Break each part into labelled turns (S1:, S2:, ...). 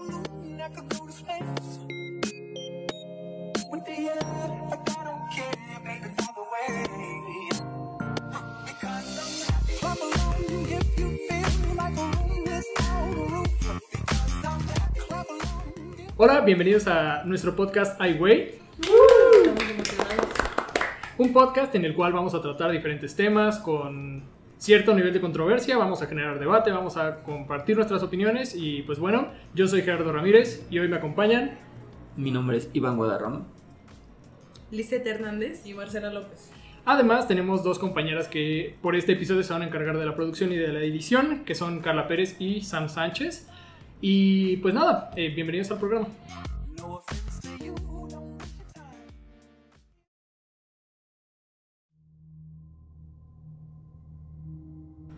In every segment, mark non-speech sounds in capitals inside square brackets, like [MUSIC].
S1: I could go to space. With the air, like I don't care, baby, drive away. Because I'm happy. Clap along if you feel like a room without a roof. Because I'm happy. Clap along if
S2: Hola, bienvenidos a nuestro podcast I Way,
S3: Estamos emocionados.
S2: un podcast en el cual vamos a tratar diferentes temas con cierto nivel de controversia, vamos a generar debate, vamos a compartir nuestras opiniones y pues bueno, yo soy Gerardo Ramírez y hoy me acompañan.
S4: Mi nombre es Iván Guadarrama.
S3: Lisette Hernández y Marcela López.
S2: Además tenemos dos compañeras que por este episodio se van a encargar de la producción y de la edición, que son Carla Pérez y Sam Sánchez. Y pues nada, eh, bienvenidos al programa.
S1: no offense to you, don't waste your time.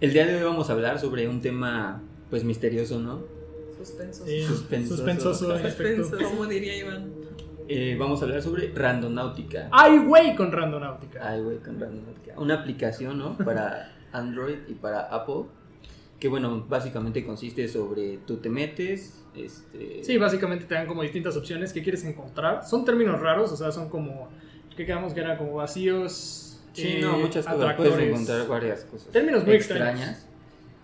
S4: El día de hoy vamos a hablar sobre un tema pues misterioso, ¿no?
S3: Suspensos.
S2: Eh,
S4: Suspensoso.
S2: suspensoso, en efecto.
S3: Suspensos. pues, Como diría Iván.
S4: Eh, vamos a hablar sobre Randonáutica.
S2: I Way con Randonáutica.
S4: Ay, güey, con Randonáutica. Una aplicación, ¿no? Para [LAUGHS] Android y para Apple. Que bueno, básicamente consiste sobre tú te metes, este...
S2: Sí, básicamente te dan como distintas opciones que quieres encontrar. Son términos raros, o sea, son como que quedamos que eran como vacíos,
S4: Sí,
S2: eh,
S4: no, muchas cosas.
S2: atractores.
S4: Puedes encontrar varias cosas.
S2: Términos muy extrañas.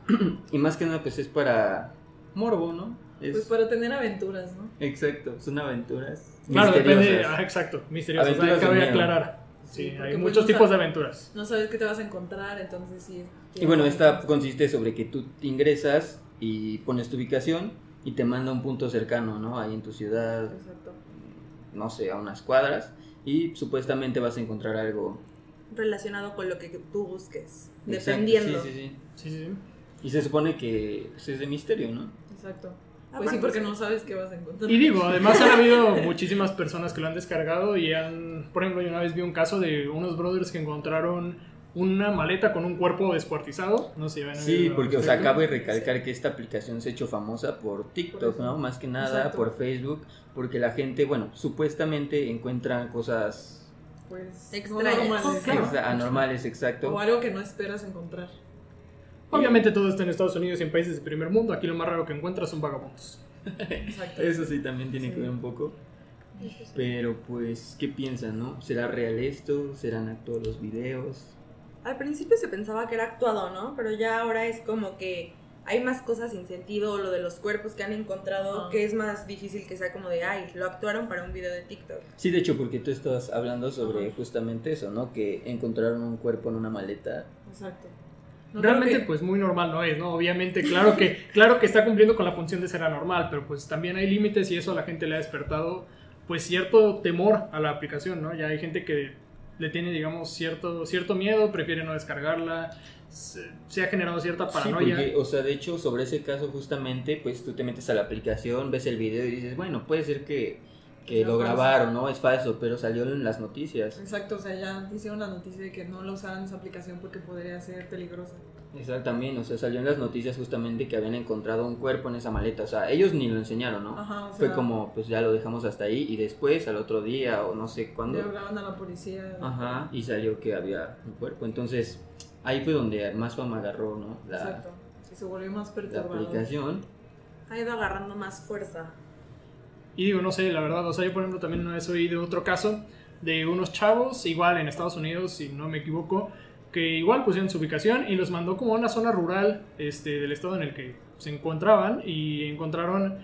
S4: [CLEARS THROAT] y más que nada, pues es para morbo, ¿no? Es-
S3: Pues para tener aventuras, ¿no?
S4: Exacto, son aventuras
S2: Claro, depende,
S4: misteriosas.
S2: ah, exacto, misteriosos.
S4: Aventuras de
S2: cabe
S4: miedo.
S2: aclarar. Sí,
S3: Sí, porque
S2: hay
S3: pues
S2: muchos
S3: no
S2: tipos de
S3: sabe-
S2: aventuras.
S3: No sabes qué te vas a encontrar, entonces sí.
S4: Y bueno, esta consiste sobre que tú te ingresas y pones tu ubicación y te manda a un punto cercano, ¿no? Ahí en tu ciudad,
S3: Exacto.
S4: no sé, a unas cuadras y supuestamente vas a encontrar algo.
S3: Relacionado con lo que tú busques.
S4: Exacto,
S3: Dependiendo.
S4: Sí, sí, sí.
S2: Sí, sí, sí.
S4: Y se supone que pues, es de misterio, ¿no?
S3: Exacto. Pues
S1: Aparte,
S3: sí, porque
S1: sí.
S3: no sabes qué vas a encontrar.
S2: Y digo, además han habido muchísimas personas que lo han descargado y han, por ejemplo, yo una vez vi un caso de unos brothers que encontraron una maleta con un cuerpo descuartizado. No sé, van a
S4: Sí,
S2: ver al
S4: porque, o sea,
S2: respecto.
S4: acabo de recalcar que esta aplicación se ha hecho famosa por
S3: Por
S4: TikTok,
S3: eso.
S4: ¿no? Más que nada,
S3: Exacto.
S4: por Facebook, porque la gente, bueno, supuestamente encuentran cosas
S3: Pues.
S5: Extrañas.
S3: no normales,
S2: Claro.
S4: exa- anormales, exacto.
S3: O algo que no esperas encontrar.
S2: Obviamente todo está en Estados Unidos y en países de primer mundo. Aquí lo más raro que encuentras son vagabundos.
S3: Exacto.
S4: Eso sí, también tiene
S3: Sí.
S4: que ver un poco. Pero pues, ¿qué piensan, no? ¿Será real esto? ¿Serán actuados los videos?
S5: Al principio se pensaba que era actuado, ¿no? Pero ya ahora es como que hay más cosas sin sentido, lo de los cuerpos que han encontrado,
S3: Ajá.
S5: que es más difícil que sea como de, ay, lo actuaron para un video de TikTok.
S4: Sí, de hecho, porque tú estás hablando sobre justamente eso, ¿no? Que encontraron un cuerpo en una maleta.
S3: Exacto. No creo
S2: Realmente,
S3: que-
S2: pues muy normal no es, ¿no? Obviamente, claro que,
S3: [LAUGHS]
S2: claro que está cumpliendo con la función de ser anormal, pero pues también hay límites y eso a la gente le ha despertado, pues cierto temor a la aplicación, ¿no? Ya hay gente que le tiene, digamos, cierto, cierto miedo, prefiere no descargarla, se, se ha generado cierta paranoia.
S4: Sí, porque, o sea, de hecho, sobre ese caso justamente, pues tú te metes a la aplicación, ves el video y dices, bueno, puede ser que, que
S3: Sea
S4: lo
S3: falso.
S4: grabaron, ¿no? Es falso, pero salió en las
S2: pues.
S4: noticias.
S3: Exacto, o sea, ya hicieron la noticia de que no la usaran esa aplicación porque podría ser peligrosa.
S4: Exactamente, o sea, salió en las noticias justamente que habían encontrado un cuerpo en esa maleta. O sea, ellos ni lo enseñaron, ¿no?
S3: Ajá, o sea,
S4: Fue como, pues ya lo dejamos hasta ahí y después, al otro día o no sé
S3: le
S4: cuándo,
S3: hablaban a la policía.
S4: ajá, y salió que había un cuerpo. Entonces, ahí fue donde más fama agarró, ¿no? La,
S3: Exacto. Ah, Y se volvió más
S4: la
S3: perturbador.
S4: aplicación.
S5: Ha ido agarrando más fuerza.
S2: Y digo, no sé, la verdad, o sea, yo por ejemplo también una vez oí de otro caso de unos chavos, igual en Estados Unidos, si no me equivoco, que igual pusieron su ubicación y los mandó como a una zona rural este, del estado en el que se encontraban y encontraron,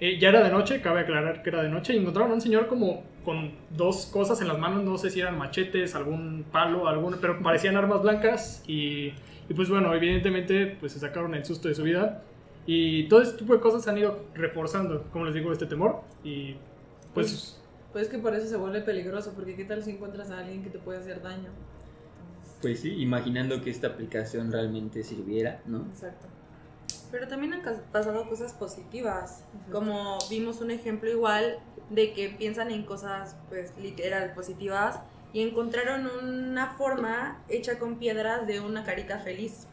S2: eh, ya era de noche, cabe aclarar que era de noche, y encontraron a un señor como con dos cosas en las manos, no sé si eran machetes, algún palo, algún, pero parecían armas blancas y, y pues bueno, evidentemente pues se sacaron el susto de su vida. Y todo este tipo de cosas han ido reforzando, como les digo, este temor. Y pues,
S3: Pues que por eso se vuelve peligroso, porque qué tal si encuentras a alguien que te puede hacer daño.
S4: Pues sí, imaginando que esta aplicación realmente sirviera, ¿no?
S3: Exacto.
S5: Pero también han cas- pasado cosas positivas,
S3: Ujú.
S5: como vimos un ejemplo igual de que piensan en cosas pues literal positivas y encontraron una forma hecha con piedras de una
S3: [LAUGHS]
S5: carita feliz.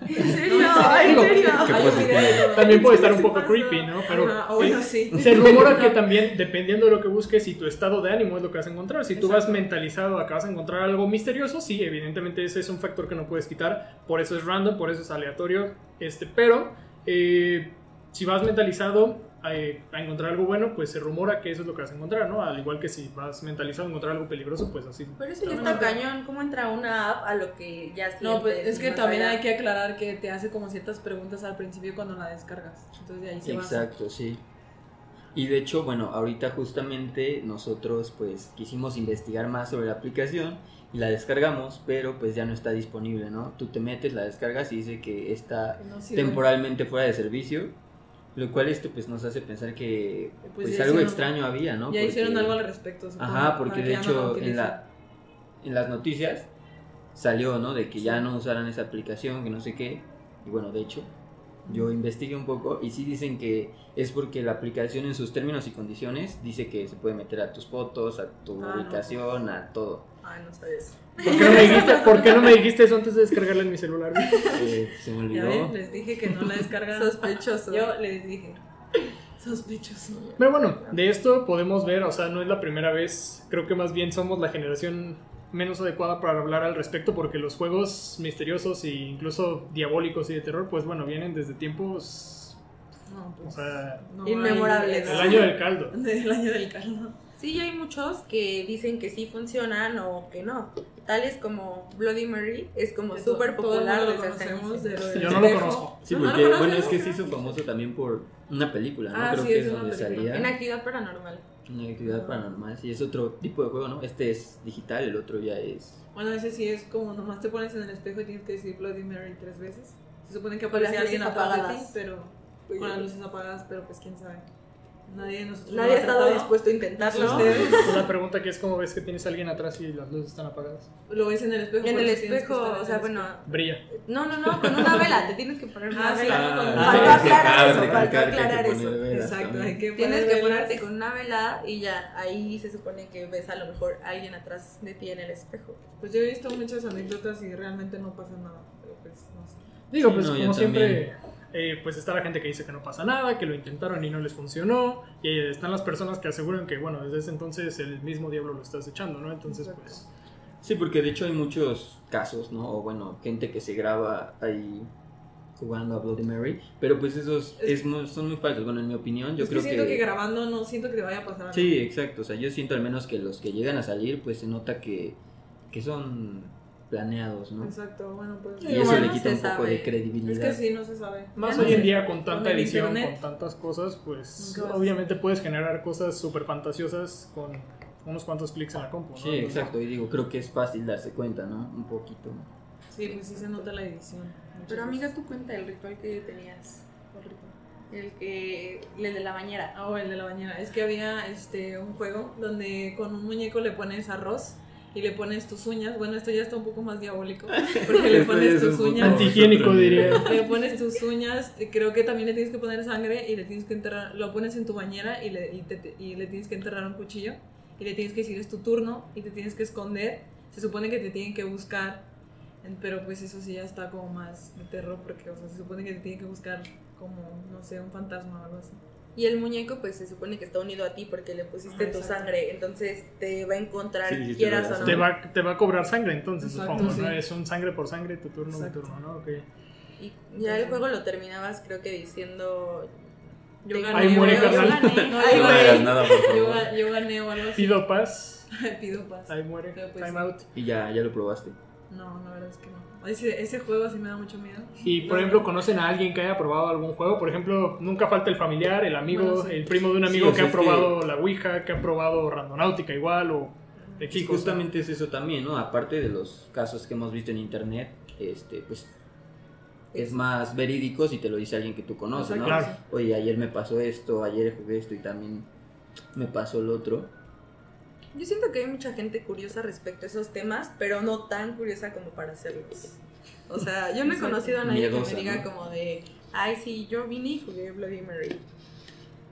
S5: ¿En serio? ¿En
S2: digo,
S5: serio?
S4: Qué
S3: Hay un video de todo.
S2: pues, también puede estar
S5: Sí,
S2: un poco
S5: pasa.
S2: creepy, ¿no? Pero
S3: Ajá, o bueno, sí.
S2: [LAUGHS] se rumora que también, dependiendo de lo que busques y tu estado de ánimo es lo que vas a encontrar. Si tú vas
S3: Exacto.
S2: mentalizado a que vas a encontrar algo misterioso, sí, evidentemente ese es un factor que no puedes quitar. Por eso es random, por eso es aleatorio. Este, pero eh, si vas mentalizado a, eh, a encontrar algo bueno, pues se rumora que eso es lo que vas a encontrar, ¿no? Al igual que si vas mentalizado a encontrar algo peligroso, pues así.
S5: Pero eso ya está cañón. ¿Cómo entra una app a lo que ya sientes?
S3: No, pues es que
S5: más
S3: también
S5: allá?
S3: hay que aclarar que te hace como ciertas preguntas al principio cuando la descargas. Entonces de ahí se va.
S4: Exacto, sí. Y de hecho, bueno, ahorita justamente nosotros pues quisimos investigar más sobre la aplicación y la descargamos, pero pues ya no está disponible, ¿no? Tú te metes, la descargas y dice que está
S3: Pues, No sirve.
S4: temporalmente fuera de servicio, lo cual esto pues nos hace pensar que
S3: Pues,
S4: pues,
S3: ya
S4: algo
S3: hicieron-
S4: extraño había, ¿no?
S3: Ya
S4: Porque-
S3: hicieron algo al respecto. supongo,
S4: Ajá,
S3: para
S4: porque
S3: que
S4: de
S3: ya no la
S4: hecho en,
S3: utilicen.
S4: la, en las noticias salió, ¿no? De que ya no usaran esa aplicación, que no sé qué. Y bueno, de hecho, yo investigué un poco y sí dicen que es porque la aplicación en sus términos y condiciones dice que se puede meter a tus fotos, a tu
S3: Ah, no.
S4: ubicación, a
S3: [LAUGHS]
S4: todo.
S5: Ay, no sabes.
S2: ¿Por qué no me dijiste, por qué no me dijiste eso antes de descargarla en mi celular?
S4: Eh, se me
S3: Ya ven,
S4: olvidó.
S3: les dije que no la [LAUGHS] descargan.
S5: Sospechoso.
S3: Yo les dije. Sospechoso.
S2: Pero bueno, de esto podemos ver, o sea, no es la primera vez, creo que más bien somos la generación menos adecuada para hablar al respecto porque los juegos misteriosos e incluso diabólicos y de terror, pues bueno, vienen desde tiempos,
S3: No,
S2: o
S3: pues.
S2: sea,
S3: no
S5: Inmemorables.
S2: el
S3: hay-
S2: año del caldo.
S3: [LAUGHS] Del año del caldo.
S5: Sí, hay muchos que dicen que sí funcionan o que no. Tales como Bloody Mary es como
S3: Que
S5: súper
S3: to- todo el
S5: popular
S3: mundo
S5: desde hace
S3: conocemos
S5: años.
S3: de lo del
S2: Yo no lo
S3: espejo.
S2: conozco.
S4: Sí,
S3: No, no
S4: porque
S3: lo
S4: bueno, es
S3: conoces.
S4: que se hizo famoso también por una película, ¿no?
S3: Ah,
S4: Creo
S3: sí,
S4: que
S3: es
S4: es
S3: una
S4: donde
S3: película.
S4: salía
S5: En actividad paranormal.
S4: una actividad paranormal. Sí, es otro tipo de juego, ¿no? Este es digital, el otro ya es...
S3: Bueno, ese sí es como nomás te pones en el espejo y tienes que decir Bloody Mary tres veces. Se supone que
S5: Con las
S3: aparece alguien
S5: luces
S3: atrás de ti,
S5: apagadas. Pues
S3: pero con las luces apagadas, pero pues quién sabe. Nadie de nosotros
S5: Nadie ha
S3: lo
S5: estado
S3: tratado.
S5: dispuesto a intentarlo.
S3: Ustedes.
S2: [LAUGHS] Una pregunta que es cómo ves que tienes a alguien atrás y las luces están apagadas.
S3: Lo ves en el espejo.
S5: En
S3: por
S5: el
S3: eso tienes que
S5: espejo,
S3: estar en
S5: o sea,
S3: el
S5: bueno,
S3: espejo.
S2: Brilla.
S5: no, no, no, con una vela, te tienes que poner una
S3: Ah, sí,
S5: vela.
S3: claro, con-
S5: Ah, faltó
S4: hay que
S5: aclarar eso,
S4: recalcar
S5: faltó
S4: que hay que
S5: aclarar
S4: poner
S5: eso.
S4: velas
S3: Exacto,
S4: también.
S3: hay que
S5: Tienes que
S3: poner
S5: ponerte
S3: velas.
S5: con una vela y ya, ahí se supone que ves a lo mejor a alguien atrás de ti en el espejo.
S3: Pues yo he visto muchas anécdotas y realmente no pasa nada. Pero pues no sé.
S2: Digo,
S4: Sí,
S2: pues
S4: no, yo
S2: como siempre, eh, pues está la gente que dice que no pasa nada, que lo intentaron y no les funcionó, y ahí están las personas que aseguran que, bueno, desde ese entonces el mismo diablo lo estás echando, ¿no? Entonces,
S3: Exacto.
S2: pues...
S4: Sí, porque de hecho hay muchos casos, ¿no? O bueno, gente que se graba ahí jugando a Bloody Mary, pero pues esos es muy- son muy falsos. Bueno, en mi opinión, yo
S3: es
S4: creo
S3: que siento que... grabando no siento que te vaya a pasar algo.
S4: sí, exacto. O sea, yo siento al menos que los que llegan a salir, pues se nota que, que son planeados, ¿no?
S3: Exacto, bueno, pues.
S4: Y
S5: Igual
S4: eso le
S5: no
S4: quita
S5: se
S4: un poco
S5: sabe.
S4: de
S3: Es
S4: credibilidad.
S3: que sí, no se sabe.
S2: Más
S3: Ya no
S2: hoy en
S3: sé.
S2: día con tanta
S3: Con el
S2: edición,
S3: internet.
S2: con tantas cosas, pues
S3: Nunca vas a
S2: obviamente puedes generar cosas súper fantasiosas con unos cuantos clics en la compu, ¿no?
S4: Sí, exacto. Y digo, creo que es fácil darse cuenta, ¿no? Un poquito.
S3: Sí, pues sí se nota la edición.
S5: Pero amiga, tú cuenta el ritual que tenías. El que. El de la bañera.
S3: Ah, o el de la bañera. Es que había este un juego donde con un muñeco le pones arroz y le pones tus uñas. Bueno, esto ya está un poco más diabólico. Porque
S4: [LAUGHS] Esto
S3: le
S4: ya
S3: pones
S4: es un
S3: tus
S4: poco-
S3: uñas.
S2: Antihigiénico, diría.
S3: Le pones tus uñas, y creo que también le tienes que poner sangre y le tienes que enterrar, lo pones en tu bañera y le, y te- te- y le tienes que enterrar un cuchillo y le tienes que decir es tu turno y te tienes que esconder. Se supone que te tienen que buscar, en- pero pues eso sí ya está como más de terror porque o sea, se supone que te tienen que buscar como, no sé, un fantasma o algo así.
S5: Y el muñeco, pues se supone que está unido a ti porque le pusiste
S3: Ajá,
S5: tu
S3: exacto.
S5: sangre. Entonces te va a encontrar,
S4: Sí, sí, te
S5: quieras
S4: lo
S5: o no.
S4: das.
S2: Te va, te va a cobrar sangre entonces,
S3: Exacto,
S2: supongo, ¿no?
S3: sí.
S2: Es un sangre por sangre, tu turno, mi
S3: Exacto.
S2: turno, ¿no? Okay.
S5: Y ya el juego lo terminabas, creo que diciendo.
S3: Yo
S5: "Te-
S3: gané,
S2: Ahí muere,
S5: yo
S2: carnal.
S5: gané,
S3: No,
S5: ahí
S3: yo
S4: No
S5: voy".
S4: hagas nada, por
S3: Yo,
S4: favor.
S3: ga- yo gané o algo así.
S2: Pido paz,
S3: [LAUGHS] Pido paz.
S2: ahí muere,
S3: Pero pues
S2: time
S3: sí.
S2: out.
S4: Y ya, ya lo probaste.
S3: No, la verdad es que no. Ese, ese juego sí me da mucho miedo.
S2: Y por
S3: No.
S2: ejemplo, ¿conocen a alguien que haya probado algún juego? Por ejemplo, nunca falta el familiar, el amigo,
S3: Bueno, sí.
S2: el primo de un
S4: Sí,
S2: amigo
S4: o
S2: que
S4: sea,
S2: ha
S4: es que-
S2: probado la Ouija, que ha probado Randonáutica igual, o de
S4: Sí,
S2: chicos, ¿no?
S4: justamente es eso también, ¿no? Aparte de los casos que hemos visto en internet, este, pues es más verídico si te lo dice alguien que tú conoces, ¿no?
S2: Claro.
S4: Oye, ayer me pasó esto, ayer jugué esto y también me pasó lo otro.
S5: Yo siento que hay mucha gente curiosa respecto a esos temas, pero no tan curiosa como para hacerlos. O sea, yo no he
S3: Exacto.
S5: conocido a nadie que
S4: Miedosa,
S5: me diga
S4: ¿no?
S5: como de. Ay, sí, yo vine y jugué Bloody Mary.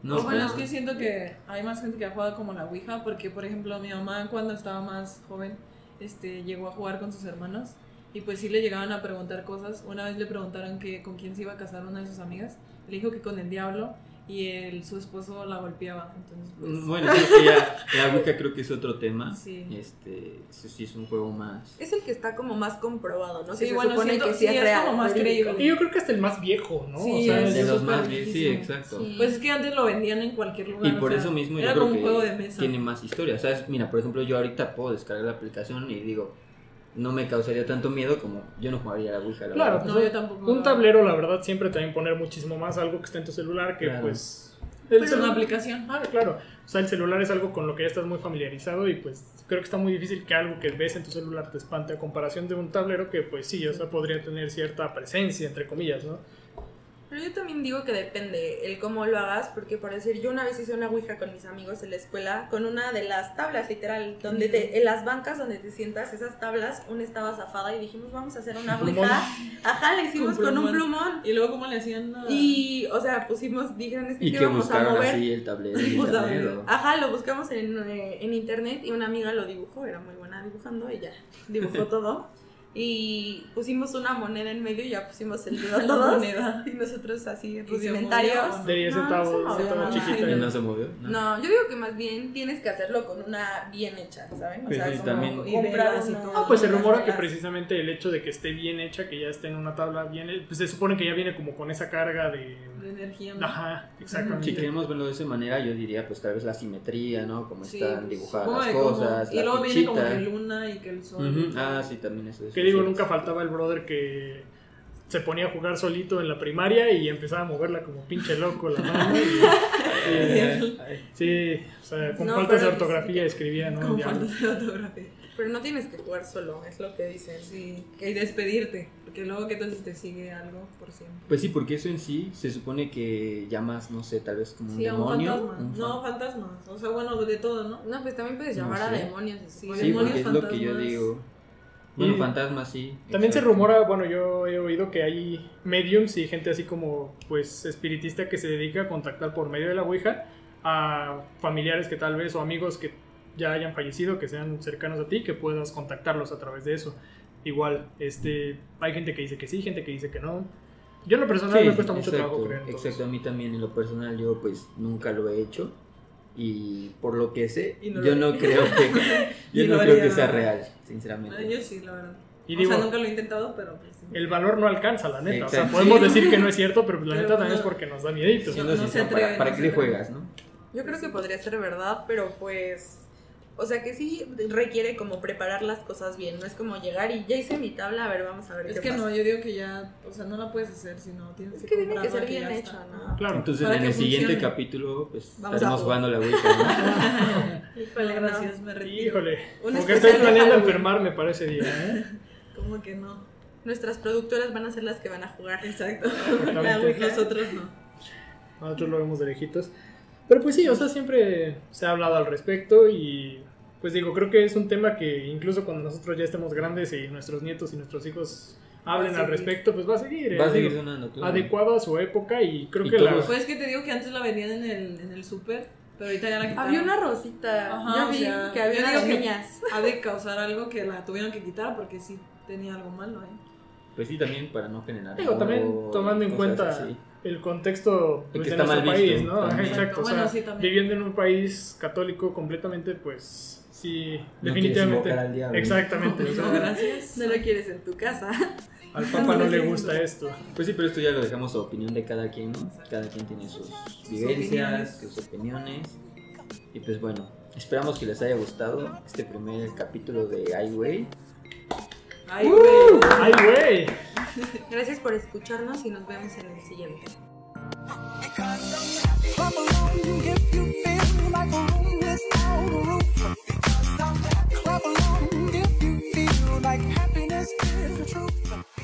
S4: No,
S3: O bueno, es
S4: pero-
S3: que siento que hay más gente que ha jugado como la Ouija, porque por ejemplo mi mamá cuando estaba más joven este, llegó a jugar con sus hermanos y pues sí le llegaban a preguntar cosas. Una vez le preguntaron que con quién se iba a casar una de sus amigas, le dijo que con el diablo y el, su esposo la golpeaba. Entonces, pues,
S4: Mm, Bueno, creo que ya la Ouija creo que es otro tema.
S3: Sí.
S4: Este, eso sí es un juego más.
S5: Es el que está como más comprobado, ¿no?
S3: Sí,
S5: Que se
S3: bueno,
S5: supone
S3: siento-
S5: que sí
S3: sí,
S5: es
S3: es
S5: real.
S3: como más
S5: verídico.
S3: creíble.
S2: Y yo creo que hasta el más viejo, ¿no?
S3: Sí,
S2: o sea,
S3: es-
S4: De
S2: yo-
S4: los
S3: súper
S4: más bien, sí,
S3: viejísimo.
S4: exacto.
S5: Sí.
S3: pues es que antes lo vendían en cualquier lugar.
S4: Y
S3: o
S4: por
S3: sea,
S4: eso mismo yo
S3: era
S4: creo
S3: como un juego de
S4: que
S3: mesa.
S4: tiene más historia. ¿Sabes? Mira, por ejemplo, yo ahorita puedo descargar la aplicación y digo, no me causaría tanto miedo como yo no jugaría a la Ouija. La
S2: Claro,
S4: verdad.
S2: pues,
S3: No, yo tampoco.
S2: Un tablero, la verdad, siempre te va a imponer muchísimo más algo que está en tu celular que,
S4: Claro.
S2: pues. el
S3: Es una
S2: celu-
S3: aplicación.
S2: Ah, claro. O sea, el celular es algo con lo que ya estás muy familiarizado y pues creo que está muy difícil que algo que ves en tu celular te espante a comparación de un tablero que pues sí, o sea, podría tener cierta presencia, entre comillas, ¿no?
S5: Pero yo también digo que depende el cómo lo hagas, porque por decir, yo una vez hice una ouija con mis amigos en la escuela, con una de las tablas, literal, donde te, en las bancas donde te sientas, esas tablas, una estaba zafada y dijimos, vamos a hacer una
S2: Plumón.
S5: ouija. Ajá, la hicimos
S3: Con
S5: con un
S3: plumón.
S5: plumón.
S3: Y luego, ¿cómo le hacían? ah, a-
S5: Y, o sea, pusimos, dijeron,
S3: pues,
S5: es que
S4: Y
S5: ¿qué
S4: que
S5: vamos a
S4: buscaron
S5: mover.
S4: así el
S3: [LAUGHS]
S4: tablero.
S5: Sí,
S4: el
S5: pues,
S4: tablero.
S3: Ah,
S5: Ajá, lo buscamos en, eh, en internet y una amiga lo dibujó, era muy buena dibujando, ella
S4: [LAUGHS]
S5: dibujó todo. Y pusimos una moneda en medio y ya pusimos el
S3: [LAUGHS]
S5: dedo
S3: La
S5: todos.
S3: moneda.
S5: Y nosotros así,
S3: se movió, Ah,
S5: rudimentarios.
S2: De 10
S5: No, no se
S2: centavos,
S5: movió
S2: estaba
S5: nada.
S2: chiquita.
S4: ¿Y no se movió? No.
S5: No, yo digo que más bien tienes que hacerlo con una bien hecha, ¿saben? O
S4: Pues
S5: sea,
S4: sí,
S5: como
S4: también.
S5: comprar
S3: Y velas y
S5: una-
S3: todo.
S2: Ah, pues se
S5: unas
S2: rumora que
S5: velas.
S2: precisamente el hecho de que esté bien hecha, que ya esté en una tabla bien, pues se supone que ya viene como con esa carga de...
S3: De energía. ¿no?
S2: Ajá, exactamente.
S4: Si queremos verlo de esa manera, yo diría, pues tal vez la simetría, ¿no? Como
S3: Sí,
S4: están
S3: pues,
S4: dibujadas
S3: supongo
S4: las
S3: que como-
S4: cosas.
S3: Y
S4: la
S3: luego viene como
S4: fichita.
S3: que luna y que el sol.
S4: Ujú, Ah, sí, también eso es.
S2: Que digo,
S4: sí,
S2: nunca
S4: sí.
S2: faltaba el brother que se ponía a jugar solito en la primaria y empezaba a moverla como pinche loco la mano. y-
S4: [LAUGHS] Eh, ay,
S2: sí, o sea, con
S5: No,
S2: faltas de
S5: pero-
S2: ortografía escribía, ¿no?
S3: Como
S2: Ya.
S3: faltas de fotografía.
S5: Pero no tienes que jugar solo, es lo que dicen.
S3: Sí, y despedirte, porque luego que entonces te sigue algo por siempre.
S4: Pues sí, porque eso en sí se supone que llamas, no sé, tal vez como un
S3: Sí, a un
S4: demonio.
S3: fantasma.
S4: un
S3: No, fantasmas. O sea, bueno, de todo, ¿no?
S5: No, pues también puedes
S4: No
S5: llamar a
S4: sé.
S5: demonios. Sí,
S4: fan- Sí, porque es
S3: demonios,
S4: lo que yo
S3: fantasmas.
S4: digo. Bueno,
S2: Y-
S4: fantasma sí.
S2: También se
S4: exacto.
S2: rumora, bueno, yo he oído que hay mediums y gente así como, pues, espiritista que se dedica a contactar por medio de la Ouija a familiares que tal vez o amigos que ya hayan fallecido, que sean cercanos a ti, que puedas contactarlos a través de eso. Igual, este, hay gente que dice que sí, gente que dice que no. Yo en lo personal
S4: Sí,
S2: me cuesta mucho
S4: exacto,
S2: trabajo creer en todo
S4: Exacto, a mí también en lo personal yo pues nunca lo he hecho y por lo que sé
S3: Y no
S4: yo
S3: lo-
S4: no creo
S3: [LAUGHS]
S4: que yo
S3: Y
S4: no
S3: lo
S4: creo
S3: haría.
S4: que sea real,
S3: Ah,
S4: sinceramente.
S3: Yo sí, la verdad.
S2: Y
S3: o
S2: digo,
S3: sea, nunca lo he intentado, pero pues, sí.
S2: el valor no alcanza, la neta. O sea,
S4: Exacto.
S2: podemos
S3: Sí.
S2: decir que no es cierto, pero la
S3: Pero
S2: neta también
S3: no.
S2: es porque nos da miedito.
S3: Sí.
S4: Siendo
S3: no se
S4: sincero,
S3: atreve,
S4: para, para
S3: no
S4: qué
S3: se
S4: le
S3: atreve.
S4: juegas, ¿no?
S5: Yo creo
S3: Pues
S5: que podría ser verdad, pero pues. O sea que sí requiere como preparar las cosas bien. No es como llegar y ya hice mi tabla, a ver, vamos a ver.
S3: Es
S5: qué
S3: que
S5: pasa.
S3: no, yo digo que ya, o sea, no la puedes hacer si no tienes
S5: Es
S3: que
S5: que tiene que
S3: comprarla,
S5: ser bien
S3: ya
S5: hecha,
S3: está.
S5: ¿no?
S2: Claro.
S4: Entonces
S3: Para
S4: en
S3: que
S4: el siguiente
S3: funcione.
S4: capítulo pues
S3: Vamos a
S4: estaremos
S3: jugar.
S4: jugando
S2: [LAUGHS]
S4: la Ouija,
S3: Vale,
S5: no.
S3: gracias, me retiro.
S2: Híjole,
S3: Un
S2: porque
S3: especial
S2: estoy
S3: de
S2: planeando
S3: Halloween.
S2: enfermarme para ese día, ¿eh?
S3: ¿Cómo que no?
S5: Nuestras productoras van a ser las que van a jugar.
S3: Exacto. [LAUGHS]
S2: Exactamente.
S3: Pues Nosotros no.
S2: Nosotros lo vemos de lejitos. Pero pues sí, o sea, siempre se ha hablado al respecto y pues digo, creo que es un tema que incluso cuando nosotros ya estemos grandes y nuestros nietos y nuestros hijos hablen
S3: Va a
S2: al
S3: seguir.
S2: respecto, pues va a seguir.
S4: ¿no?
S2: eh,
S4: Va a seguir
S2: digo,
S4: sonando claro.
S2: adecuado a su época y creo
S4: Y
S2: que la...
S4: todos-
S3: Pues es que te digo que antes la vendían en el, en el súper, pero ahorita ya la quitaron.
S5: Había una rosita.
S3: Ajá,
S5: yo
S3: o
S5: vi
S3: sea,
S5: que
S3: yo
S5: había una
S3: digo
S5: de
S3: que-
S5: niñas.
S3: Ha de causar algo que la tuvieron que quitar porque sí tenía algo malo, ¿eh?
S4: Pues sí, también para no generar
S2: Digo, también
S4: morbo,
S2: tomando en
S4: cosas
S2: cuenta
S4: así.
S2: el contexto
S4: Y
S2: pues, de
S4: que está
S2: nuestro
S4: mal
S2: país,
S4: visto,
S2: ¿no? Ajá,
S4: también.
S2: Exacto, o
S3: Bueno,
S2: sea,
S3: sí, también.
S2: viviendo en un país católico completamente, pues sí,
S4: No
S2: definitivamente.
S4: quieres invocar al diablo.
S2: Exactamente, o
S3: [LAUGHS] No,
S2: sea,
S3: gracias.
S5: No lo quieres en tu casa. [LAUGHS]
S2: al Papa no le gusta esto.
S4: Pues sí, pero esto ya lo dejamos a opinión de cada quien, ¿no? Cada quien tiene sus vivencias,
S3: opiniones.
S4: sus opiniones. Y pues bueno, esperamos que les haya gustado este primer capítulo de Highway.
S3: Ay,
S5: Uh,
S3: güey.
S2: ¡Ay, güey!
S5: Gracias por escucharnos y nos vemos en el siguiente.
S1: Clap along if you feel like a room without a roof. Clap along if you feel like happiness is the truth.